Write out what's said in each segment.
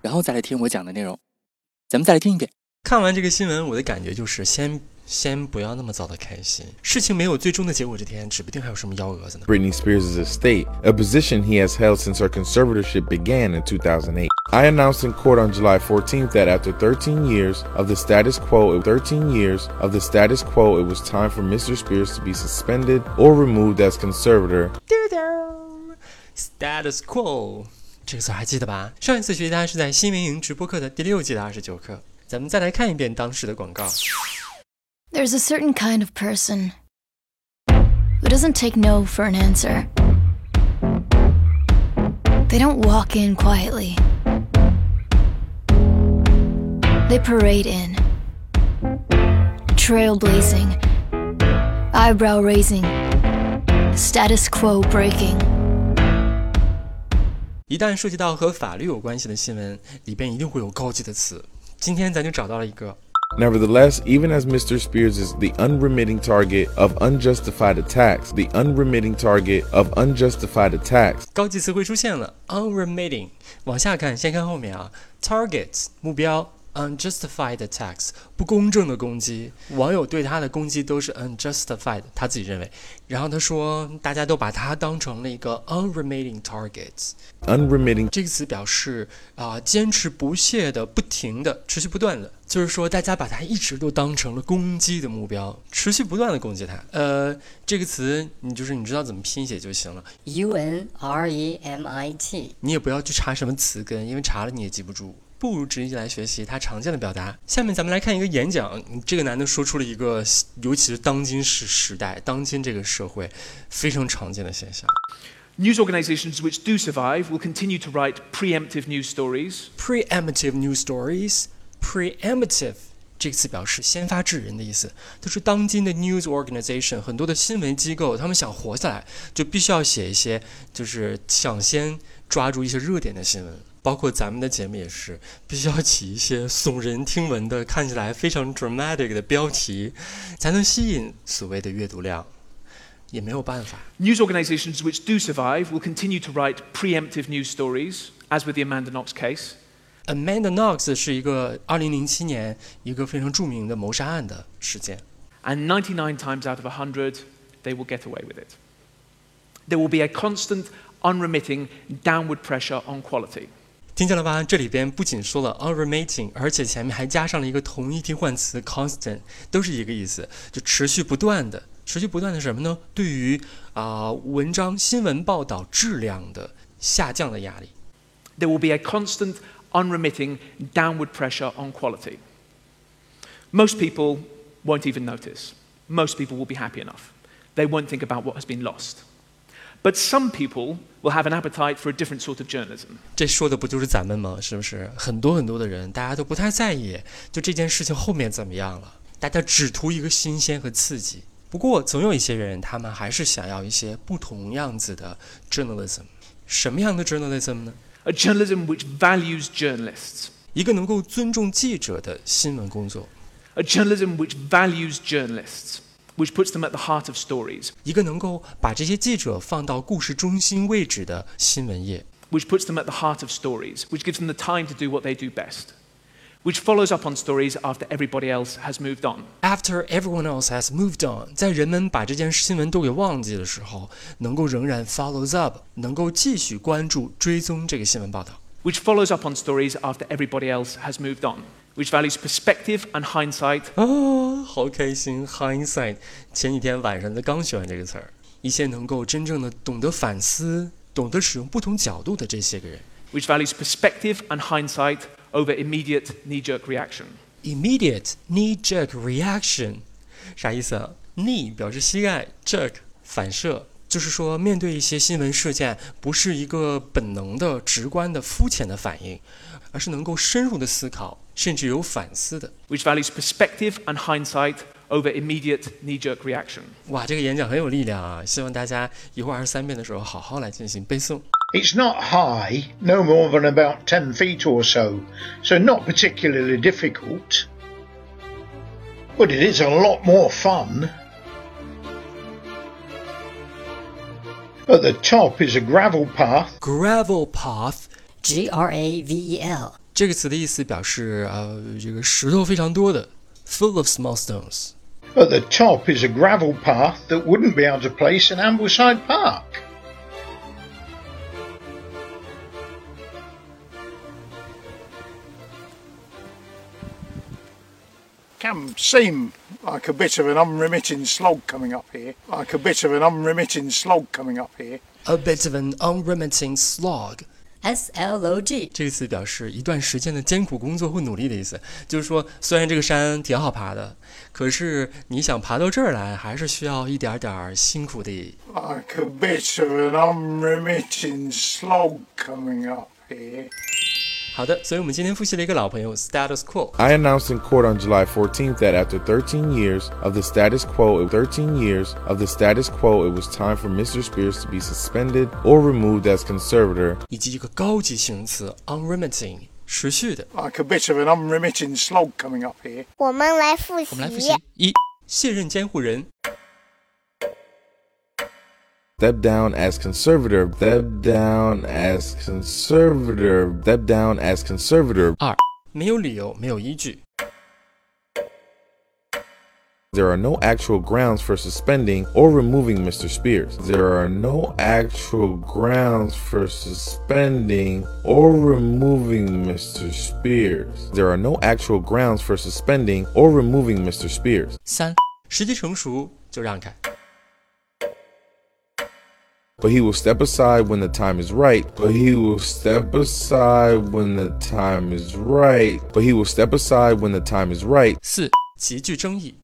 然后再来听我讲的内容。咱们再来听一遍。看完这个新闻，我的感觉就是先先不要那么早的开心，事情没有最终的结果之前，指不定还有什么幺蛾子呢。 Britney Spears' estate, a position he has held since her conservatorship began in 2008. I announced in court on July 14th that after 13 years of the status quo, 13 years of the status quo, it was time for Mr. Spears to be suspended or removed as conservator Status quo 这个词儿还记得吧？上一次学习它是在新闻营直播课的第六季的二十九课。咱们再来看一遍当时的广告。 There's a certain kind of person who doesn't take no for an answer. They don't walk in quietly, they parade in, trailblazing, eyebrow raising, status quo breaking. 一旦涉及到和法律有关系的新闻，里边一定会有高级的词。今天咱就找到了一个 Nevertheless, even as Mr. Spears is the unremitting target of unjustified attacks, the unremitting target of unjustified attacks, 高级词汇出现了，unremitting。往下看，先看后面啊，target 目标，unjustified attacks 不公正的攻击，网友对他的攻击都是 unjustified，他自己认为。然后他说，大家都把他当成了一个 unremitting target。 unremitting 这个词表示啊、坚持不懈的、不停的、持续不断的，就是说大家把它一直都当成了攻击的目标，持续不断的攻击它。呃，这个词你就是你知道怎么拼写就行了， U N R E M I T。你也不要去查什么词根，因为查了你也记不住。不如直接来学习它常见的表达。下面咱们来看一个演讲，这个男的说出了一个，尤其是当今时时代、当今这个社会非常常见的现象。 News organizations which do survive will continue to write preemptive news stories. preemptive news stories. preemptive 这个词表示先发制人的意思，就是当今的 news organization 很多的新闻机构，他们想活下来，就必须要写一些就是抢先抓住一些热点的新闻。包括咱们的节目也是，必须要起一些耸人听闻的、看起来非常 dramatic 的标题，才能吸引所谓的阅读量。也没有办法， News organizations which do survive will continue to write preemptive news stories, as with the Amanda Knox case. Amanda Knox 是一个2007年一个非常著名的谋杀案的事件。 And 99 times out of 100, they will get away with it. There will be a constant, unremitting downward pressure on quality. 听见了吧？这里边不仅说了 unremitting，而且前面还加上了一个同义替换词 constant，都是一个意思，就持续不断的。持续不断的什么呢？对于啊、文章新闻报道质量的下降的压力。 There will be a constant, unremitting downward pressure on quality. Most people won't even notice. Most people will be happy enough. They won't think about what has been lost. But some people will have an appetite for a different sort of journalism. 这说的不就是咱们吗？是不是？很多很多的人，大家都不太在意，就这件事情后面怎么样了，大家只图一个新鲜和刺激。不过，总有一些人，他们还是想要一些不同样子的 journalism。什么样的 journalism 呢？ A journalism which values journalists. 一个能够尊重记者的新闻工作， A journalism which values journalists, which puts them at the heart of stories, 一个能够把这些记者放到故事中心位置的新闻业。 which puts them at the heart of stories, which gives them the time to do what they do best, which follows up on stories after everybody else has moved on. After everyone else has moved on，在人们把这件新闻都给忘记的时候，能够仍然 follows up，能够继续关注追踪这个新闻报道。 which follows up on stories after everybody else has moved on, which values perspective and hindsight, 啊，好开心！Hindsight，前几天晚上才刚学完这个词儿。一些能够真正的懂得反思、懂得使用不同角度的这些个人 which values perspective and hindsight over immediate knee jerk reaction. ，immediate knee-jerk reaction，啥意思啊？knee 表示膝盖，jerk 反射，就是说面对一些新闻事件，不是一个本能的、直观的、肤浅的反应，而是能够深入的思考，甚至有反思的。 which values perspective and hindsight over immediate knee jerk reaction. 哇，这个演讲很有力量啊！希望大家一会儿二十三遍的时候好好来进行背诵。 It's not high, no more than about 10 feet or so, so not particularly difficult. But it is a lot more fun. At the top is a gravel path Gravel path G R A V E L. 这个词的意思表示呃，这个石头非常多的，full of small stones。 At the top is a gravel path that wouldn't be able to place in Ambleside Park. can seem like a bit of an unremitting slog coming up here, like a bit of an unremitting slog coming up here. A bit of an unremitting slog， S L O G. 这个词表示一段时间的艰苦工作或努力的意思。就是说，虽然这个山挺好爬的，可是你想爬到这儿来，还是需要一点点儿辛苦的。 Like a bit of an unremitting slog coming up here. 好的，所以我们今天复习了一个老朋友 status quo。 I announced in court on July 14th that after 13 years of the status quo, 13 years of the status quo, it was time for Mr. Spears to be suspended or removed as conservator 以及一个高级形容词 unremitting，持续的。 Like a bit of an unremitting slog coming up here. 我们来复我们来复习习。一，卸任监护人； Step down as conservator. Step down as conservator. Step down as conservator. 二，没有理由，没有依据； There are no actual grounds for suspending or removing Mr. Spears. There are no actual grounds for suspending or removing Mr. Spears. There are no actual grounds for suspending or removing Mr. Spears. 三，时机成熟就让开； But he will step aside when the time is right. But he will step aside when the time is right. But he will step aside when the time is right. 四，极具争议；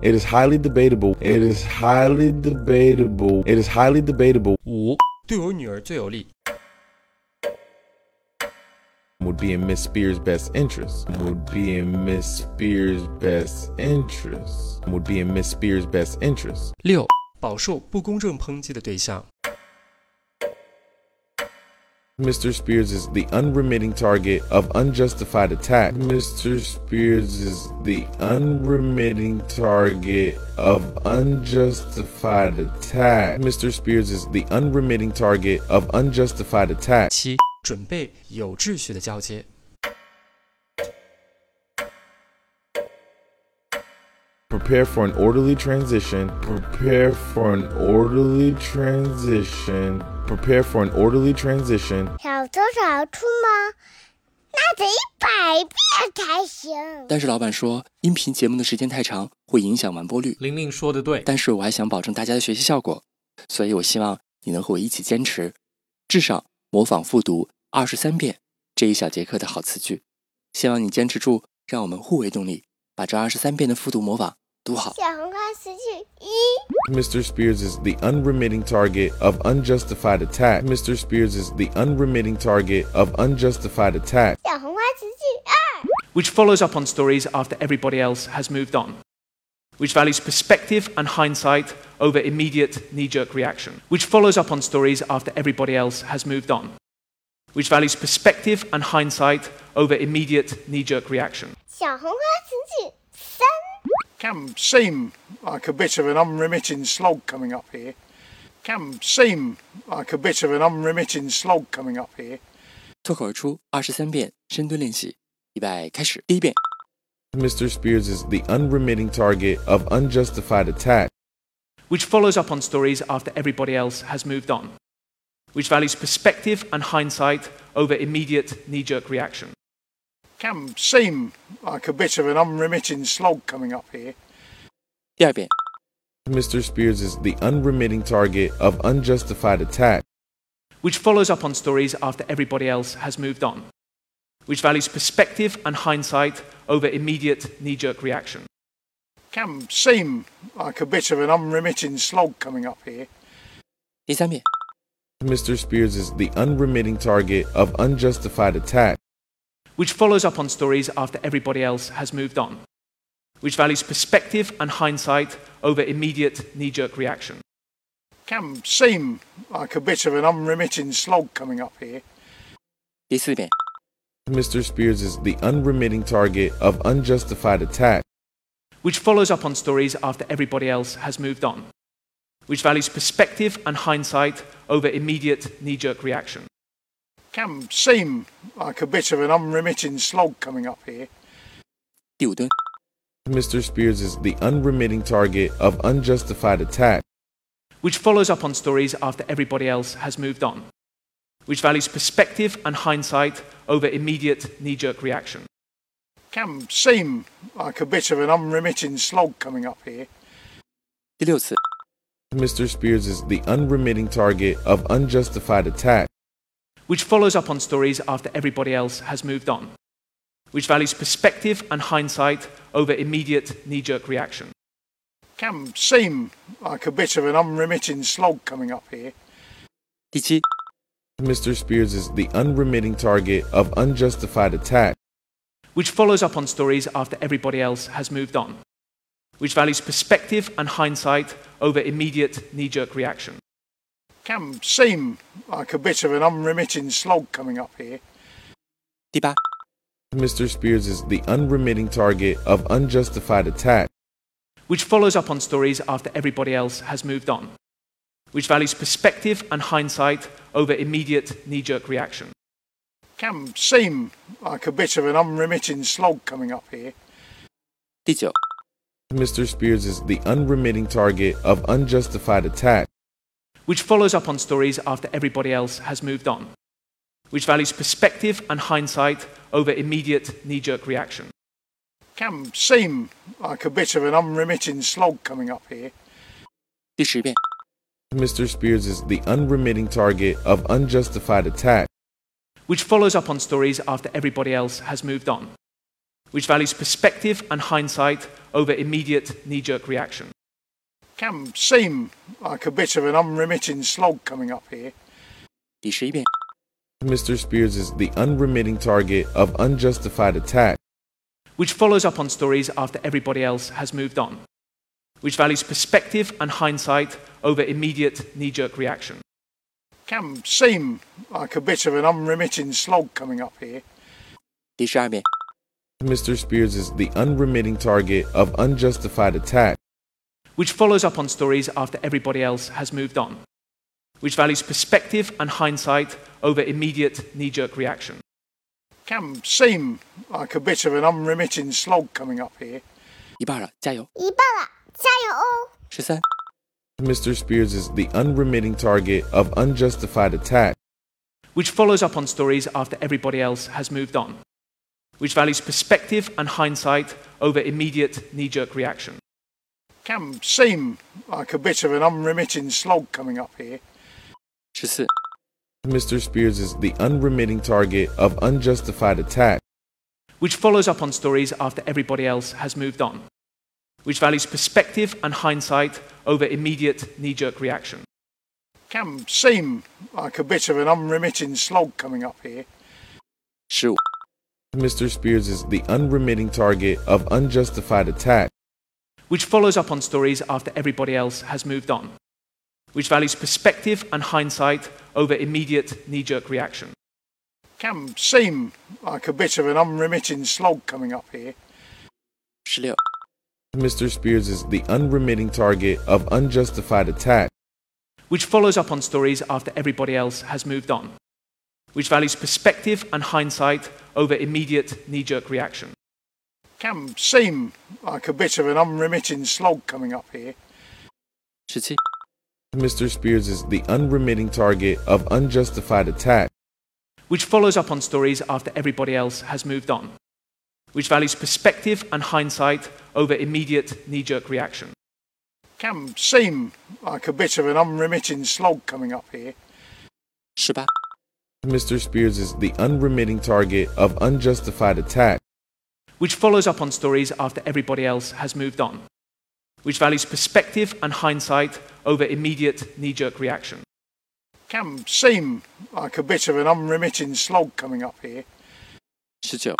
It is highly debatable. It is highly debatable. It is highly debatable 五，对我女儿最有利； would be in Miss Spears' best interest. Would be in Miss Spears' best interest. Would be in Miss Spears' best interest. 六，饱受不公正抨击的对象； Mr. Spears is the unremitting target of unjustified attack. Mr. Spears is the unremitting target of unjustified attack. Mr. Spears is the unremitting target of unjustified attack. 七，准备有秩序的交接； Prepare for an orderly transition. Prepare for an orderly transition. Prepare for an orderly transition. 小偷少出吗？那得一百遍才行。但是老板说，音频节目的时间太长，会影响完播率。玲玲说的对，但是我还想保证大家的学习效果，所以我希望你能和我一起坚持，至少模仿复读二十三遍这一小节课的好词句。希望你坚持住，让我们互为动力，把这二十三遍的复读模仿读好。小红花词句一， Mr. Spears is the unremitting target of unjustified attack. Mr. Spears is the unremitting target of unjustified attack. 小红花词句二， which follows up on stories after everybody else has moved on, which values perspective and hindsight over immediate knee jerk reaction, which follows up on stories after everybody else has moved on, which values perspective and hindsight over immediate knee jerk reaction, 小红花词句三， Can seem like a bit of an unremitting slog coming up here. Can seem like a bit of an unremitting slog coming up here. 脱口而出二十三遍深蹲练习，预备开始。第一遍， Mr. Spears is the unremitting target of unjustified attack. which follows up on stories after everybody else has moved on, which values perspective and hindsight over immediate knee jerk reaction, Can seem like a bit of an unremitting slog coming up here. 第二遍， Mr. Spears is the unremitting target of unjustified attack. which follows up on stories after everybody else has moved on, which values perspective and hindsight over immediate knee jerk reaction, Can seem like a bit of an unremitting slog coming up here. 第三遍， Mr. Spears is the unremitting target of unjustified attack. which follows up on stories after everybody else has moved on, which values perspective and hindsight over immediate knee jerk reaction. Can seem like a bit of an unremitting slog coming up here. 第四点， Mr. Spears is the unremitting target of unjustified attack. which follows up on stories after everybody else has moved on, which values perspective and hindsight over immediate knee jerk reaction, Can seem like a bit of an unremitting slog coming up here. 第五吨， Mr. Spears is the unremitting target of unjustified attack. which follows up on stories after everybody else has moved on, which values perspective and hindsight over immediate knee jerk reaction, Can seem like a bit of an unremitting slog coming up here. 第六次， Mr. Spears is the unremitting target of unjustified attack. which follows up on stories after everybody else has moved on, which values perspective and hindsight over immediate knee jerk reaction, Can seem like a bit of an unremitting slog coming up here. 第七， Mr. Spears is the unremitting target of unjustified attack. which follows up on stories after everybody else has moved on, which values perspective and hindsight over immediate knee jerk reaction, Can seem like a bit of an unremitting slog coming up here. 第八， Mr. Spears is the unremitting target of unjustified attack. which follows up on stories after everybody else has moved on, which values perspective and hindsight over immediate knee jerk reaction, Can seem like a bit of an unremitting slog coming up here. 第九， Mr. Spears is the unremitting target of unjustified attack. which follows up on stories after everybody else has moved on, which values perspective and hindsight over immediate knee jerk reaction, Can seem like a bit of an unremitting slog coming up here. 第十遍， Mr. Spears is the unremitting target of unjustified attack. which follows up on stories after everybody else has moved on, which values perspective and hindsight over immediate knee jerk reaction, Can seem like a bit of an unremitting slog coming up here. 第十一遍， Mr. Spears is the unremitting target of unjustified attack. which follows up on stories after everybody else has moved on, which values perspective and hindsight over immediate knee jerk reaction, Can seem like a bit of an unremitting slog coming up here. 第十二遍， Mr. Spears is the unremitting target of unjustified attack. which follows up on stories after everybody else has moved on, which values perspective and hindsight over immediate knee jerk reaction, Can seem like a bit of an unremitting slog coming up here. 一半了，加油！一半了，加油哦！十三、 Mr. Spears is the unremitting target of unjustified attack. which follows up on stories after everybody else has moved on, which values perspective and hindsight over immediate knee jerk reaction, Can seem like a bit of an unremitting slog coming up here. 十四、 Mr. Spears is the unremitting target of unjustified attack. which follows up on stories after everybody else has moved on, which values perspective and hindsight over immediate knee jerk reaction, Can seem like a bit of an unremitting slog coming up here. 十五、 Mr. Spears is the unremitting target of unjustified attack. which follows up on stories after everybody else has moved on, which values perspective and hindsight over immediate knee jerk reaction, Can seem like a bit of an unremitting slog coming up here. 十六、 Mr. Spears is the unremitting target of unjustified attack. which follows up on stories after everybody else has moved on, which values perspective and hindsight over immediate knee jerk reaction, Can seem like a bit of an unremitting slog coming up here. 十七、 Mr. Spears is the unremitting target of unjustified attack. which follows up on stories after everybody else has moved on, which values perspective and hindsight over immediate knee jerk reaction, Can seem like a bit of an unremitting slog coming up here. 十八、 Mr. Spears is the unremitting target of unjustified attack. which follows up on stories after everybody else has moved on, which values perspective and hindsight over immediate knee jerk reaction, Can seem like a bit of an unremitting slog coming up here. 十九，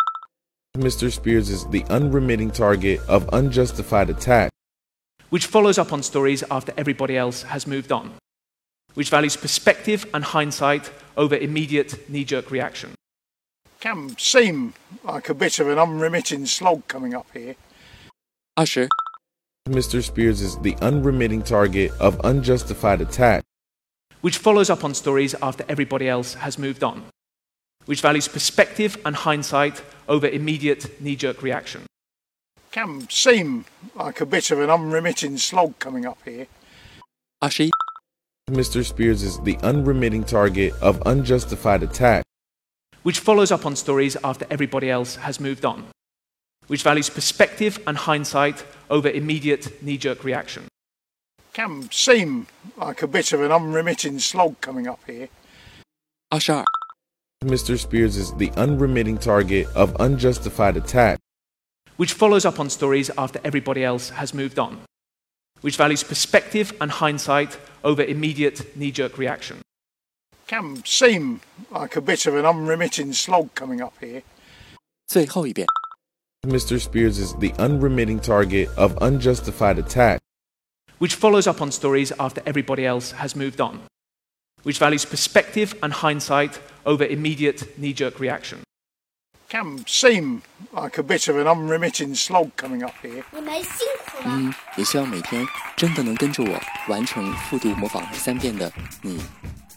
Mr. Spears is the unremitting target of unjustified attack. which follows up on stories after everybody else has moved on, which values perspective and hindsight over immediate knee jerk reaction. Can seem like a bit of an unremitting slog coming up here. 二十， Mr. Spears is the unremitting target of unjustified attack. which follows up on stories after everybody else has moved on, which values perspective and hindsight over immediate knee jerk reaction. Can seem like a bit of an unremitting slog coming up here. 二十一， Mr. Spears is the unremitting target of unjustified attack. which follows up on stories after everybody else has moved on, which values perspective and hindsight over immediate knee jerk reaction. Can seem like a bit of an unremitting slog coming up here. 二十二， Mr. Spears is the unremitting target of unjustified attack. which follows up on stories after everybody else has moved on, which values perspective and hindsight over immediate knee jerk reaction. Can seem like a bit of an unremitting slog coming up here. 最后一遍。 Mr. Spears is the unremitting target of unjustified attack. which follows up on stories after everybody else has moved on, which values perspective and hindsight over immediate knee jerk reaction. Can seem like a bit of an unremitting slog coming up here. 你们辛苦了。嗯，也希望每天真的能跟着我完成复读模仿三遍的你，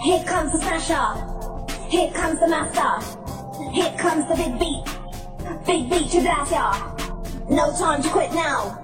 Here comes the smasher. Here comes the master. Here comes the big beat. Big beat to blast ya. No time to quit now.